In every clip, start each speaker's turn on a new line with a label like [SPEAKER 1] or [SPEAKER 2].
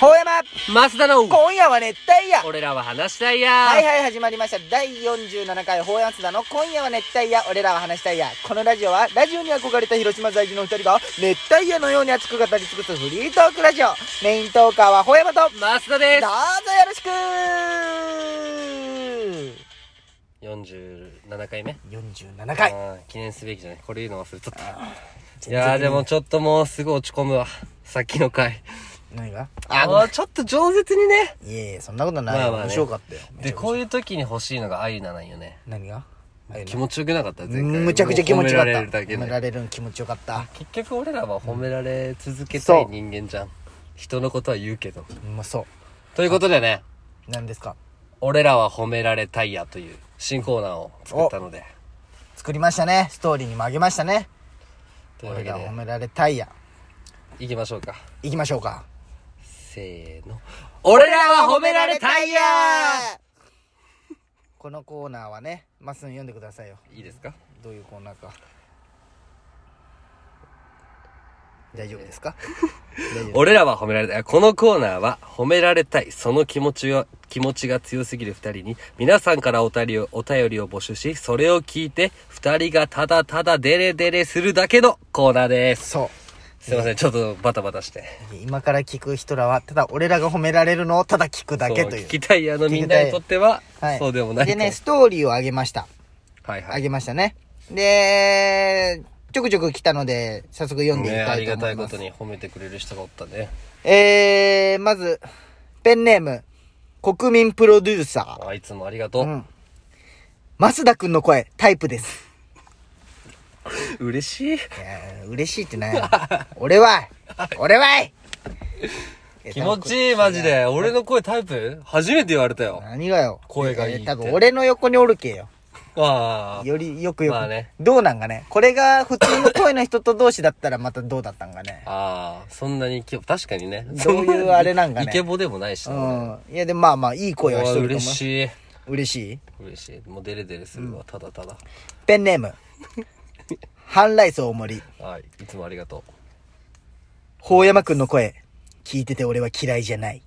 [SPEAKER 1] ほうやま
[SPEAKER 2] 増田の
[SPEAKER 1] 今夜は熱帯夜
[SPEAKER 2] 俺らは話したいや
[SPEAKER 1] はいはい始まりました第47回ほうやまつだの今夜は熱帯夜俺らは話したいやこのラジオはラジオに憧れた広島在住のお二人が熱帯夜のように熱く語り尽くすフリートークラジオメイントーカーはほうやまとどうぞ
[SPEAKER 2] 増田で
[SPEAKER 1] よろしく
[SPEAKER 2] す47回目
[SPEAKER 1] 47回
[SPEAKER 2] あー記念すべきじゃないこれ言うの忘れとったいやーでもちょっともうすぐ落ち込むわさっきの回
[SPEAKER 1] 何が
[SPEAKER 2] あのちょっと饒舌にね
[SPEAKER 1] いえいえそんなことない、
[SPEAKER 2] まあまあね
[SPEAKER 1] 面白かったよ
[SPEAKER 2] でこういう時に欲しいのがアイナなんよね
[SPEAKER 1] 何が
[SPEAKER 2] 気持ちよくなかった前回
[SPEAKER 1] むちゃくちゃ気持ちよかっ
[SPEAKER 2] もう褒めら
[SPEAKER 1] た
[SPEAKER 2] れるだけ
[SPEAKER 1] 褒め
[SPEAKER 2] で
[SPEAKER 1] られるの気持ちよかった
[SPEAKER 2] 結局俺らは褒められ続けた
[SPEAKER 1] そ
[SPEAKER 2] いう人間じゃん人のことは言うけど
[SPEAKER 1] うまそ
[SPEAKER 2] ということでね
[SPEAKER 1] う何ですか
[SPEAKER 2] 俺らは褒められたいやという新コーナーを作ったので
[SPEAKER 1] 作りましたねストーリーにもあげましたね
[SPEAKER 2] というわけ
[SPEAKER 1] 俺ら褒
[SPEAKER 2] で
[SPEAKER 1] められたいや
[SPEAKER 2] 行きましょうか
[SPEAKER 1] 行きましょうか
[SPEAKER 2] せーの俺らは褒められたいや
[SPEAKER 1] このコーナーはねまっすん読んでくださいよ
[SPEAKER 2] いいですか
[SPEAKER 1] どういうコーナーか大丈夫です か大丈夫
[SPEAKER 2] 俺らは褒められたい。このコーナーは褒められたい。その気持ちは、気持ちが強すぎる二人に、皆さんからお便りを、お便りを募集し、それを聞いて、二人がただただデレデレするだけのコーナーです。
[SPEAKER 1] そう
[SPEAKER 2] すいません、ちょっとバタバタして。
[SPEAKER 1] 今から聞く人らはただ俺らが褒められるのをただ聞くだけ
[SPEAKER 2] そう
[SPEAKER 1] という
[SPEAKER 2] 聞きたいあのみんなにとっては、
[SPEAKER 1] はい、
[SPEAKER 2] そうでもないと
[SPEAKER 1] でねストーリーをあげました
[SPEAKER 2] はいは
[SPEAKER 1] あ
[SPEAKER 2] い。
[SPEAKER 1] げましたね。で、ちょくちょく来たので、早速読んでいき
[SPEAKER 2] ね、あ
[SPEAKER 1] たい
[SPEAKER 2] り
[SPEAKER 1] と
[SPEAKER 2] が
[SPEAKER 1] 思
[SPEAKER 2] た
[SPEAKER 1] い
[SPEAKER 2] いこ
[SPEAKER 1] ます。
[SPEAKER 2] とに褒めてくれる人がおったね。
[SPEAKER 1] えー、まず、ペンネーム、国民プロデューサ
[SPEAKER 2] あいつもありがと
[SPEAKER 1] ー。
[SPEAKER 2] う。
[SPEAKER 1] うん。増田くんの声、タイプ です。
[SPEAKER 2] 嬉しい。
[SPEAKER 1] いやー嬉しいってない。俺は、俺はい
[SPEAKER 2] 気持ちいい、マジ。で。俺の声タイプ初めて言われたよ。
[SPEAKER 1] 何がよ。
[SPEAKER 2] 声がいいって
[SPEAKER 1] や多分俺の横におるけよ。
[SPEAKER 2] ああ。
[SPEAKER 1] よりよくよく。
[SPEAKER 2] まあね
[SPEAKER 1] どうなんかね。これが普通の声の人と同士だったらまたどうだったんかね。
[SPEAKER 2] ああ、そんなにき、確かにね。
[SPEAKER 1] どういうあれなんかね
[SPEAKER 2] そイケボでもないし
[SPEAKER 1] う
[SPEAKER 2] な。
[SPEAKER 1] ん。いや、でもまあまあ、いい声はしとると思う。
[SPEAKER 2] 嬉しい。
[SPEAKER 1] 嬉しい
[SPEAKER 2] 嬉しい。もうデレデレするわ、ただただ。
[SPEAKER 1] ペンネー ムハンライス大森
[SPEAKER 2] はい。いつもありがと
[SPEAKER 1] 法山くんの声聞いてて俺は嫌いじゃない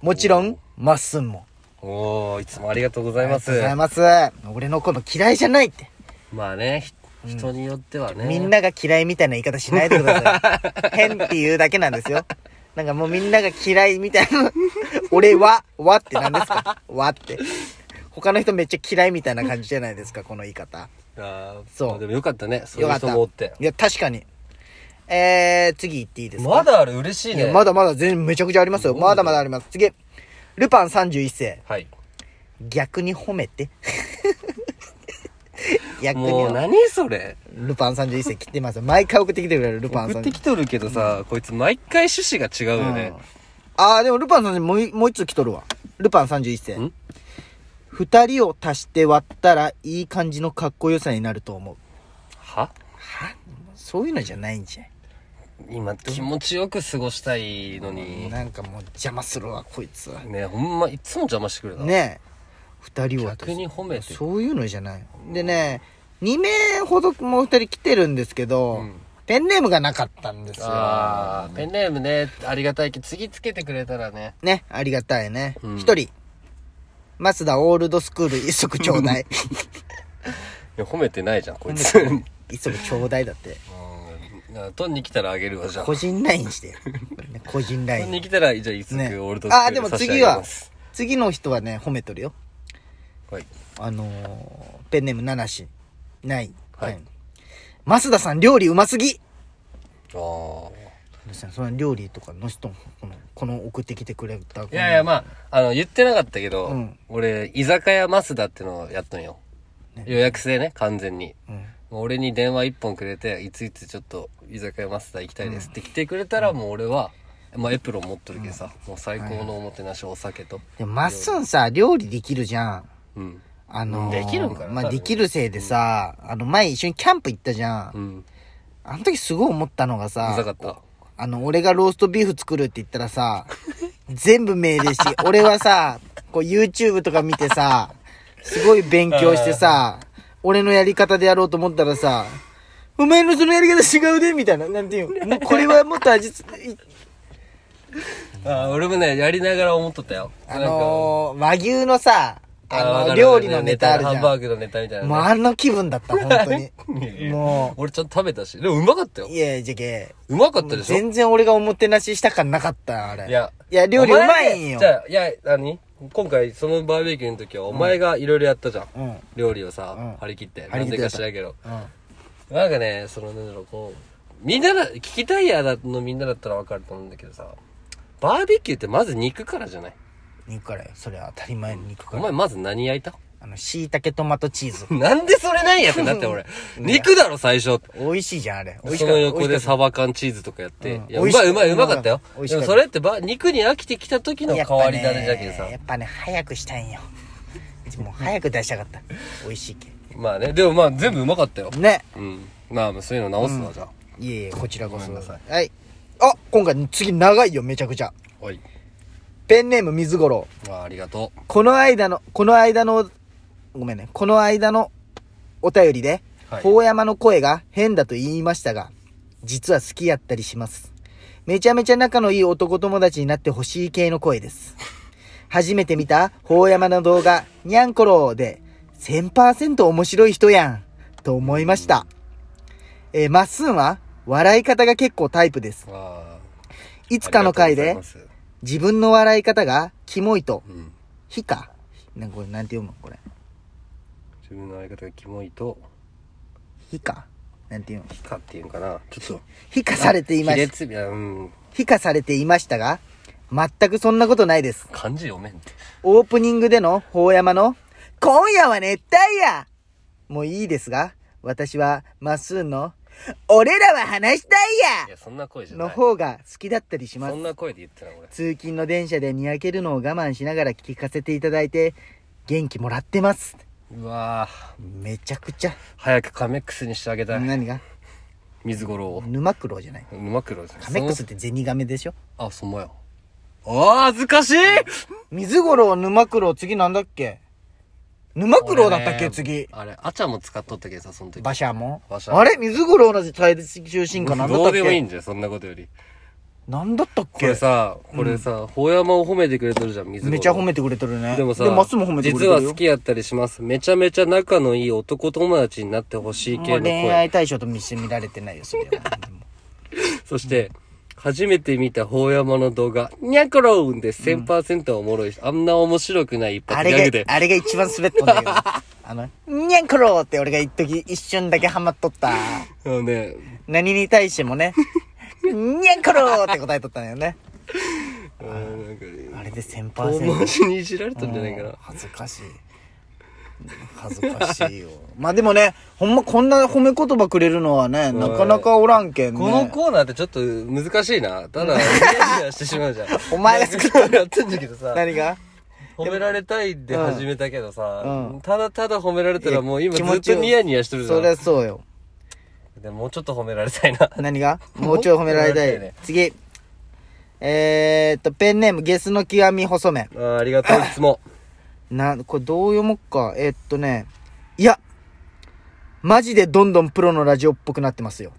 [SPEAKER 1] もちろんまっすんも
[SPEAKER 2] う。おー、いつもありがとうござ
[SPEAKER 1] あ
[SPEAKER 2] い
[SPEAKER 1] りが
[SPEAKER 2] ま
[SPEAKER 1] と
[SPEAKER 2] す。
[SPEAKER 1] うございます俺の声も嫌いじゃないって
[SPEAKER 2] まあね、ひ人によってはね。
[SPEAKER 1] みん。なが嫌いみたいな言い方しないでくださ い変っていうだけなんですよなんかもうみんなが嫌いみたいな俺はわって何ですかわって他の人めっちゃ嫌いみたいな感じじゃないですかこの言い方
[SPEAKER 2] あ
[SPEAKER 1] そう
[SPEAKER 2] そう。でもよかったね。そう
[SPEAKER 1] よ
[SPEAKER 2] い
[SPEAKER 1] か
[SPEAKER 2] う
[SPEAKER 1] った
[SPEAKER 2] 人もおって。
[SPEAKER 1] いや確かにえー、次行っていいですか
[SPEAKER 2] まだある、嬉しい
[SPEAKER 1] いや
[SPEAKER 2] ね。
[SPEAKER 1] まだまだ全然めちゃくちゃありますよ。まだまだあります。次。ルパン31世。
[SPEAKER 2] はい。
[SPEAKER 1] 逆に褒め て。逆に
[SPEAKER 2] もう何それ。
[SPEAKER 1] ルパン31世切ってますよ。毎回送ってきてくれる、ルパン31
[SPEAKER 2] 送ってきとるけどさ、こいつ毎回趣旨が違うよね。
[SPEAKER 1] あー、でもルパン31もういもう一つ来とるわ。ルパン31世
[SPEAKER 2] ん。
[SPEAKER 1] 二人を足して割ったらいい感じのかっこよさになると思う。
[SPEAKER 2] は
[SPEAKER 1] そういうのじゃないんじゃん。
[SPEAKER 2] 今、気持ちよく過ごしたいのに。
[SPEAKER 1] なんかもう邪魔するわ、こいつ。
[SPEAKER 2] ね、ほんま、いつも邪魔してくれた。
[SPEAKER 1] ねえ。二人を足
[SPEAKER 2] 逆
[SPEAKER 1] して
[SPEAKER 2] に褒めて。
[SPEAKER 1] そういうのじゃない。でね、2名ほどもう2人来てるんですけど、ペンネームがなかったんですよ。
[SPEAKER 2] ああ、ペンネームね、ありがたいけど、次つけてくれたらね。
[SPEAKER 1] ね、ありがたいね。一、
[SPEAKER 2] うん
[SPEAKER 1] 人、マスダオールドスクール一足ちょうだい。
[SPEAKER 2] いや、褒めてないじゃん、こい つ。う
[SPEAKER 1] 褒 一足ちょうだいだって。
[SPEAKER 2] んな取りに来たらあげるわ、じゃあ。
[SPEAKER 1] 個
[SPEAKER 2] 取
[SPEAKER 1] 人ラインしてよ。ね個人ライ
[SPEAKER 2] りに
[SPEAKER 1] ン。
[SPEAKER 2] 来たら、じゃあ、いつく、
[SPEAKER 1] ね
[SPEAKER 2] 俺と。
[SPEAKER 1] あーでも次は
[SPEAKER 2] 差し
[SPEAKER 1] 次の人はね、褒めとるよ。
[SPEAKER 2] 上げますは
[SPEAKER 1] あ
[SPEAKER 2] い。
[SPEAKER 1] のー、ペンネーム7し、ない。
[SPEAKER 2] はい
[SPEAKER 1] マスダさん料理うますぎ
[SPEAKER 2] あ
[SPEAKER 1] その料理とかの人もこの、この送ってきてくれた。
[SPEAKER 2] あ。いやいや、まあ、あの、言ってなかったけど、
[SPEAKER 1] うん
[SPEAKER 2] 俺、居酒屋マスダってのをやったんよ。
[SPEAKER 1] ね
[SPEAKER 2] 予約制ね、完全に。
[SPEAKER 1] うん
[SPEAKER 2] もう俺に電話一本くれて、いついつちょっと居酒屋マスター行きたいですって来てくれたら、もう俺は、まあエプロン持っとるけどさ、もう最高のおもてなし、お酒と。
[SPEAKER 1] でもまっすんさ、料理できるじゃん。
[SPEAKER 2] うん。
[SPEAKER 1] あのー
[SPEAKER 2] できるんかな
[SPEAKER 1] まあ、
[SPEAKER 2] 多分
[SPEAKER 1] できるせいでさ、あの、前一緒にキャンプ行ったじゃ。
[SPEAKER 2] うんん。
[SPEAKER 1] あの時すごい思ったのが
[SPEAKER 2] うざ
[SPEAKER 1] さ、
[SPEAKER 2] かった。
[SPEAKER 1] あの、俺がローストビーフ作るって言ったらさ、 全部命令し、俺はさ、こう YouTube とか見てさ、すごい勉強してさ、俺のやり方でやろうと思ったらさ、 お前のそのやり方違うでみたいな、なんていうのもうこれはもっと味つ、い
[SPEAKER 2] あー俺もね、やりながら思っとったよ。
[SPEAKER 1] あ
[SPEAKER 2] なんか
[SPEAKER 1] のー、和牛のさ、あ
[SPEAKER 2] わ
[SPEAKER 1] の
[SPEAKER 2] かる
[SPEAKER 1] 料理のネタあるじ
[SPEAKER 2] ハンバ
[SPEAKER 1] ゃ
[SPEAKER 2] ーグのネタみたい
[SPEAKER 1] ん。
[SPEAKER 2] な
[SPEAKER 1] もう
[SPEAKER 2] ね。
[SPEAKER 1] あの気分だった、本 当に。も
[SPEAKER 2] 俺ちゃんと食べたし。でもうまかったよ
[SPEAKER 1] う、。いや、じゃけ、
[SPEAKER 2] うまかったでしょ
[SPEAKER 1] 全然俺がおもてなしした感なかった、あれ。
[SPEAKER 2] いや、
[SPEAKER 1] いや、料理うまいんよ
[SPEAKER 2] お前ねじ。ゃあ、いや、何今回、そのバーベキューの時は、お前がいろいろやったじゃん。
[SPEAKER 1] うん。
[SPEAKER 2] 料理をさ、
[SPEAKER 1] うん
[SPEAKER 2] 張り切って。
[SPEAKER 1] 張
[SPEAKER 2] な
[SPEAKER 1] り
[SPEAKER 2] ん
[SPEAKER 1] 切っ
[SPEAKER 2] で
[SPEAKER 1] てや
[SPEAKER 2] か
[SPEAKER 1] った
[SPEAKER 2] 知らんけど。
[SPEAKER 1] うん。
[SPEAKER 2] なんかね、その、なんだろう、こう、みんなだ、聞きたいやだのみんなだったらわかると思うんだけどさ、バーベキューってまず肉からじゃない
[SPEAKER 1] 肉からよ。それは当たり前に肉か
[SPEAKER 2] お
[SPEAKER 1] ら。
[SPEAKER 2] 前まず何焼いた
[SPEAKER 1] あの、椎茸トマトチーズ。
[SPEAKER 2] なんでそれないやってなっ て俺。肉だろ、最初。
[SPEAKER 1] 美味しいじゃん、あれ。美味し
[SPEAKER 2] そ
[SPEAKER 1] かった。
[SPEAKER 2] の横
[SPEAKER 1] 美
[SPEAKER 2] で
[SPEAKER 1] 味しかっ
[SPEAKER 2] サバ缶チーズとかやって。
[SPEAKER 1] うん
[SPEAKER 2] いやう
[SPEAKER 1] 美味し
[SPEAKER 2] ま
[SPEAKER 1] か
[SPEAKER 2] い、うまい、うまかったよ。
[SPEAKER 1] 美味し
[SPEAKER 2] で
[SPEAKER 1] かっ
[SPEAKER 2] も
[SPEAKER 1] た
[SPEAKER 2] それってば、肉に飽きてきた時
[SPEAKER 1] た
[SPEAKER 2] の変わり種じゃけんさ
[SPEAKER 1] や。っぱね、早くしたい んよ。もう早く出したかった。美味しいけ。
[SPEAKER 2] まあね、でもまあ全部うまかったよ。
[SPEAKER 1] ね。
[SPEAKER 2] うん。まあ、そういうの直すわ、じゃあ。
[SPEAKER 1] いえいえ、こちらこそ。
[SPEAKER 2] ごめんなさい
[SPEAKER 1] はい。あ、今回、次長いよ、めちゃくちゃ。
[SPEAKER 2] おい。
[SPEAKER 1] ペンネーム、水五郎。
[SPEAKER 2] まあ、ありがと
[SPEAKER 1] この間の、この間の、ごめんね、この間のお便りで、
[SPEAKER 2] はい
[SPEAKER 1] 法山の声が変だと言いましたが、実は好きやったりします。めちゃめちゃ仲のいい男友達になってほしい系の声です。初めて見た法山の動画、にゃんころーで、1000%面白い人やん、と思いました。えーまっすんは、笑い方が結構タイプです。
[SPEAKER 2] う。あ
[SPEAKER 1] い
[SPEAKER 2] あ。
[SPEAKER 1] つかの回で、自分の笑い方が、キモいと、
[SPEAKER 2] うん。
[SPEAKER 1] ひか。なんかこれ、なんて読むのこれ。
[SPEAKER 2] 自分の相方がキモいと、
[SPEAKER 1] ひか。なんていうの
[SPEAKER 2] ヒカっていうんかな。ちょっと。
[SPEAKER 1] ひか されていま
[SPEAKER 2] 卑
[SPEAKER 1] し
[SPEAKER 2] 劣いや、うん。
[SPEAKER 1] ひかされていましたが、全くそんなことないです。
[SPEAKER 2] 漢字読めんって。
[SPEAKER 1] オープニングでの法山の、今夜は熱帯夜もういいですが、私はまっすーの、俺らは話した
[SPEAKER 2] い
[SPEAKER 1] い
[SPEAKER 2] や、そんな声じ
[SPEAKER 1] や
[SPEAKER 2] ゃ
[SPEAKER 1] の
[SPEAKER 2] ない。
[SPEAKER 1] 方が好きだったりします
[SPEAKER 2] そん。な声で言ってたの、俺。
[SPEAKER 1] 通勤の電車で見分けるのを我慢しながら聞かせていただいて、元気もらってます。
[SPEAKER 2] うわぁ。
[SPEAKER 1] めちゃくちゃ。
[SPEAKER 2] 早くカメックスにしてあげたい。
[SPEAKER 1] 何が
[SPEAKER 2] 水五郎を。
[SPEAKER 1] 沼九郎じゃない。
[SPEAKER 2] うまくろですね
[SPEAKER 1] カメックスってゼニガメでしょ
[SPEAKER 2] そのあ、そんまや。ああ、恥ずかしい
[SPEAKER 1] 水五郎、沼九郎、次なんだっけ沼九郎だったっ
[SPEAKER 2] 俺ね
[SPEAKER 1] け次。
[SPEAKER 2] あれ、あちゃんも使っとったけどさ、その時。
[SPEAKER 1] 馬車も
[SPEAKER 2] 馬車
[SPEAKER 1] あれ水五郎同じ対立中心かなんだっ
[SPEAKER 2] ど
[SPEAKER 1] たっ
[SPEAKER 2] うでもいい
[SPEAKER 1] け
[SPEAKER 2] んじゃん、そんなことより。
[SPEAKER 1] なんだったっ
[SPEAKER 2] こ
[SPEAKER 1] け
[SPEAKER 2] れさ、これさ、法山を褒めてくれとるじゃん、水五郎
[SPEAKER 1] めちゃ褒めてくれてるね。
[SPEAKER 2] でもさ、
[SPEAKER 1] マスも褒めてくれ
[SPEAKER 2] 実
[SPEAKER 1] て
[SPEAKER 2] は
[SPEAKER 1] る
[SPEAKER 2] 好
[SPEAKER 1] よ。
[SPEAKER 2] きやったりします。めちゃめちゃ仲のいい男友達になってほしい系
[SPEAKER 1] も
[SPEAKER 2] の
[SPEAKER 1] う恋
[SPEAKER 2] 声。
[SPEAKER 1] 愛対象と見せ見られてないよ、それは。
[SPEAKER 2] そして、初めて見た法山の動画、にゃころうんで1000%おもろいし、あんな面白くない一
[SPEAKER 1] あ
[SPEAKER 2] 発ギャ
[SPEAKER 1] れ
[SPEAKER 2] グ
[SPEAKER 1] が
[SPEAKER 2] で、。
[SPEAKER 1] あれが一番滑っとんだけ ど。あの、にゃんころーって俺が一時一瞬だけハマっとった。
[SPEAKER 2] あのね、
[SPEAKER 1] 何に対しても ね、にゃんころーって答えとったんだよね。
[SPEAKER 2] あーなんかね、
[SPEAKER 1] あれで1000%。
[SPEAKER 2] 遠回しにいじられたんじゃない
[SPEAKER 1] う
[SPEAKER 2] か
[SPEAKER 1] ん
[SPEAKER 2] な。
[SPEAKER 1] 恥ずかしい恥ずかしいよ まあでもねほんまこんな褒め言葉くれるのはねなかなかおらんけんね
[SPEAKER 2] このコーナーってちょっと難しいな。ただ、イライラしてしまうじゃん。
[SPEAKER 1] お前が作
[SPEAKER 2] ったやってんだけど さ。
[SPEAKER 1] 何が
[SPEAKER 2] 褒められたいで始めたけどさ、
[SPEAKER 1] うん
[SPEAKER 2] ただただ褒められたらもう今
[SPEAKER 1] い
[SPEAKER 2] ず
[SPEAKER 1] や気
[SPEAKER 2] っ
[SPEAKER 1] 持ち
[SPEAKER 2] と
[SPEAKER 1] よ
[SPEAKER 2] ニヤニヤしてるじゃ
[SPEAKER 1] そりゃ
[SPEAKER 2] ん。
[SPEAKER 1] そうよ
[SPEAKER 2] でもうちょっと褒められたいな。
[SPEAKER 1] 何がもうちょい褒められた
[SPEAKER 2] もうちょい褒められ
[SPEAKER 1] い次えー、っとペンネームゲスの極み細麺
[SPEAKER 2] あーありがと う、いつも。
[SPEAKER 1] なこれどう読もっかえーっとねいやマジでどんどんプロのラジオっぽくなってますよ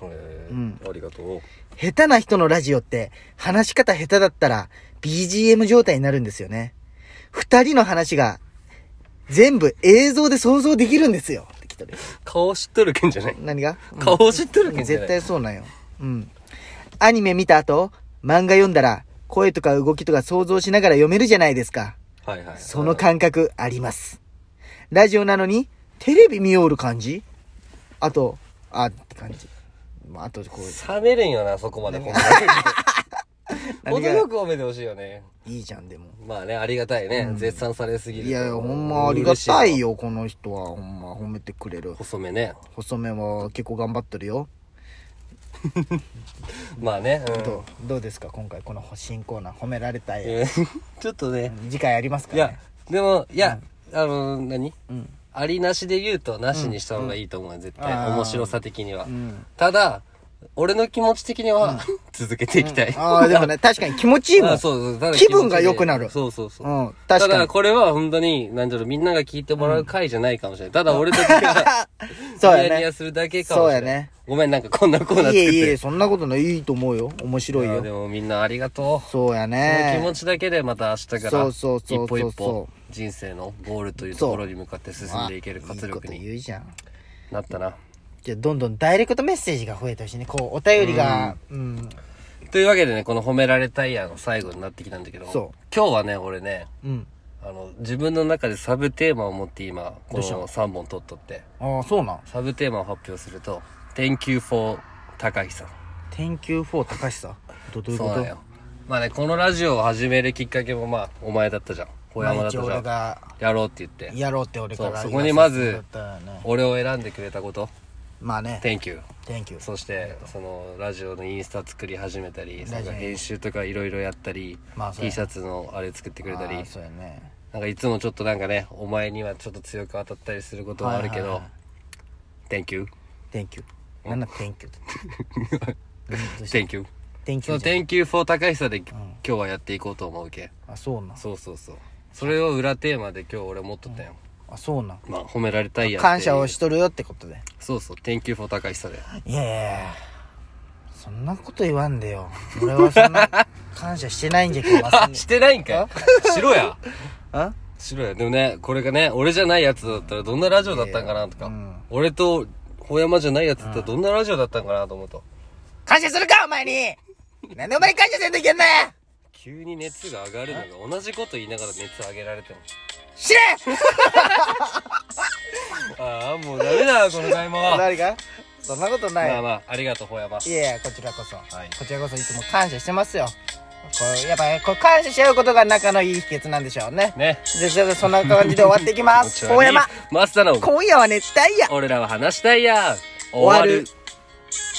[SPEAKER 2] え
[SPEAKER 1] う
[SPEAKER 2] ー
[SPEAKER 1] ん
[SPEAKER 2] ありがとう。
[SPEAKER 1] 下手な人のラジオって話し方下手だったら BGM 状態になるんですよね。二人の話が全部映像で想像できるんですよ。って来てる
[SPEAKER 2] 顔知っとるけんじゃない
[SPEAKER 1] 何がうん
[SPEAKER 2] 顔知っとるけんじゃな
[SPEAKER 1] 絶
[SPEAKER 2] い
[SPEAKER 1] 対そうなんよ。うん。アニメ見た後、漫画読んだら声とか動きとか想像しながら読めるじゃないですか。
[SPEAKER 2] はいはい。
[SPEAKER 1] その感覚あります。ラジオなのにテレビ見おる感じあと、あって感じ。まああとこう、
[SPEAKER 2] 冷めるんよな、そ こまで褒められる。
[SPEAKER 1] 何
[SPEAKER 2] 程
[SPEAKER 1] が
[SPEAKER 2] よく褒めてほしいよね。
[SPEAKER 1] いいじゃんでも。
[SPEAKER 2] まあね、ありがたいね。絶賛されすぎると。
[SPEAKER 1] いやいや、ほんまありがたい
[SPEAKER 2] よ。
[SPEAKER 1] よ、この人は。ほんま褒めてくれる。
[SPEAKER 2] 細めね。
[SPEAKER 1] 細めは結構頑張ってるよ。
[SPEAKER 2] まあね。うん
[SPEAKER 1] どうどうですか今回この新コーナー褒められたい。
[SPEAKER 2] えー ちょっとね。
[SPEAKER 1] 次回ありますか
[SPEAKER 2] い
[SPEAKER 1] ら
[SPEAKER 2] や
[SPEAKER 1] ね。、
[SPEAKER 2] でも、いや、あの、何
[SPEAKER 1] うん。
[SPEAKER 2] ありなしで言うとなしにした方がいいと思うよ、絶対
[SPEAKER 1] あー
[SPEAKER 2] 面白さ的には、
[SPEAKER 1] ん
[SPEAKER 2] ただ俺の気持ち的には、続けていきた い。
[SPEAKER 1] ああ、でも ね、確かに気持ちいいも
[SPEAKER 2] あ
[SPEAKER 1] ん。
[SPEAKER 2] そうそうただ
[SPEAKER 1] 気分が良くなる
[SPEAKER 2] そうそうそう。
[SPEAKER 1] うん確かに
[SPEAKER 2] ただこれは本当に、なんだろう、みんなが聞いてもらう回じゃないかもしれない。ただ俺たちが、
[SPEAKER 1] そうや
[SPEAKER 2] ニヤニ
[SPEAKER 1] ね
[SPEAKER 2] ヤ。するだけかもしれ
[SPEAKER 1] そう
[SPEAKER 2] な
[SPEAKER 1] や
[SPEAKER 2] い
[SPEAKER 1] ね。
[SPEAKER 2] ごめん、なんかこんなコーナー作っ
[SPEAKER 1] い
[SPEAKER 2] て。
[SPEAKER 1] えいえ、そんなことない。いいと思うよ。面白い
[SPEAKER 2] いや
[SPEAKER 1] よ
[SPEAKER 2] で。もみんなありがとう。
[SPEAKER 1] そうや
[SPEAKER 2] その気持
[SPEAKER 1] ね。
[SPEAKER 2] ちだけでまた明日か
[SPEAKER 1] そ
[SPEAKER 2] ら、
[SPEAKER 1] うそうそうそうそう
[SPEAKER 2] 一歩一歩、人生のゴールというところに向かって進んでいける活
[SPEAKER 1] いいこ
[SPEAKER 2] 力
[SPEAKER 1] と
[SPEAKER 2] に
[SPEAKER 1] 言うじゃん。
[SPEAKER 2] なったな。
[SPEAKER 1] じゃあ、どんどんダイレクトメッセージが増えてほしいね。こう、お便りが、うん。
[SPEAKER 2] というわけでね、この褒められたいやの最後になってきたんだけど、
[SPEAKER 1] そ
[SPEAKER 2] 今日はね、俺ね、
[SPEAKER 1] うん。
[SPEAKER 2] あの、自分の中でサブテーマを持って今、こ
[SPEAKER 1] どうした
[SPEAKER 2] の3本取っとって、
[SPEAKER 1] ああ、そうなん。
[SPEAKER 2] サブテーマを発表すると、Thank you for 高木さん。
[SPEAKER 1] 天球4高橋さん。どどういう
[SPEAKER 2] そう
[SPEAKER 1] こ
[SPEAKER 2] な
[SPEAKER 1] と
[SPEAKER 2] のよ。まあね、このラジオを始めるきっかけもまあ、お前だったじゃん。小山だ
[SPEAKER 1] 毎
[SPEAKER 2] っ
[SPEAKER 1] 日
[SPEAKER 2] たじゃ
[SPEAKER 1] 俺
[SPEAKER 2] ん。
[SPEAKER 1] が、
[SPEAKER 2] やろうって言って、
[SPEAKER 1] やろうって俺から。
[SPEAKER 2] そうそこにまず
[SPEAKER 1] 言わせてもらったよね
[SPEAKER 2] 俺を選んでくれたこと、
[SPEAKER 1] まあね、
[SPEAKER 2] Thank you。
[SPEAKER 1] 天球。
[SPEAKER 2] そして、その、ラジオのインスタ作り始めたり、
[SPEAKER 1] ジオ
[SPEAKER 2] なんか編集とかいろいろやったり、
[SPEAKER 1] まあそうや
[SPEAKER 2] T シャツのあれ作ってくれた
[SPEAKER 1] あ
[SPEAKER 2] り
[SPEAKER 1] あ、そうやね。
[SPEAKER 2] なんかいつもちょっとなんかね、お前にはちょっと強く当たったりすることもあるけ
[SPEAKER 1] は
[SPEAKER 2] ど、
[SPEAKER 1] いはいは
[SPEAKER 2] Thank you.
[SPEAKER 1] 天球。なんだ、天球って。
[SPEAKER 2] Thank you.
[SPEAKER 1] 天
[SPEAKER 2] そ
[SPEAKER 1] 球
[SPEAKER 2] の
[SPEAKER 1] じゃん。
[SPEAKER 2] Thank you for 高久で、今日はやっていこうと思うけ。
[SPEAKER 1] あ、そうなん。
[SPEAKER 2] そうそうそう。それを裏テーマで今日俺持っとったよ。
[SPEAKER 1] あ、そうなん。
[SPEAKER 2] まあ、褒められたいやっていう
[SPEAKER 1] 感謝をしとるよってことで。
[SPEAKER 2] そうそう、Thank you for 高久で。
[SPEAKER 1] いやいやいやそんなこと言わんでよ。俺はそんな、感謝してないんじゃけど、忘
[SPEAKER 2] あ
[SPEAKER 1] れ、
[SPEAKER 2] してないんかい白や。
[SPEAKER 1] あ
[SPEAKER 2] 白や。でもね、これがね、俺じゃないやつだったらどんなラジオだったんかなとか、
[SPEAKER 1] うん
[SPEAKER 2] 俺と、ほ山じゃないやつだったらどんなラジオだったんかなと思うと、
[SPEAKER 1] 感謝するか、お前になんでお前に感謝せんといけんだよ
[SPEAKER 2] 急に熱が上がるのが同じこと言いながら熱上げられても。
[SPEAKER 1] 知れ
[SPEAKER 2] ああ、もうダメだ、この買い物は。
[SPEAKER 1] 誰がそんなことない。
[SPEAKER 2] まあまあ、ありがとう、ほ山。
[SPEAKER 1] いやいや、こちらこそ、
[SPEAKER 2] い
[SPEAKER 1] こちらこそいつも感謝してますよ。こうやっぱねこう感謝し合うことが仲のいい秘訣なんでしょうね。
[SPEAKER 2] ね。
[SPEAKER 1] じゃあじゃあそんな感じで終わっていきます。大山、
[SPEAKER 2] マスターの、
[SPEAKER 1] 今夜は熱帯夜。
[SPEAKER 2] 俺らは話したいや。
[SPEAKER 1] 終わる。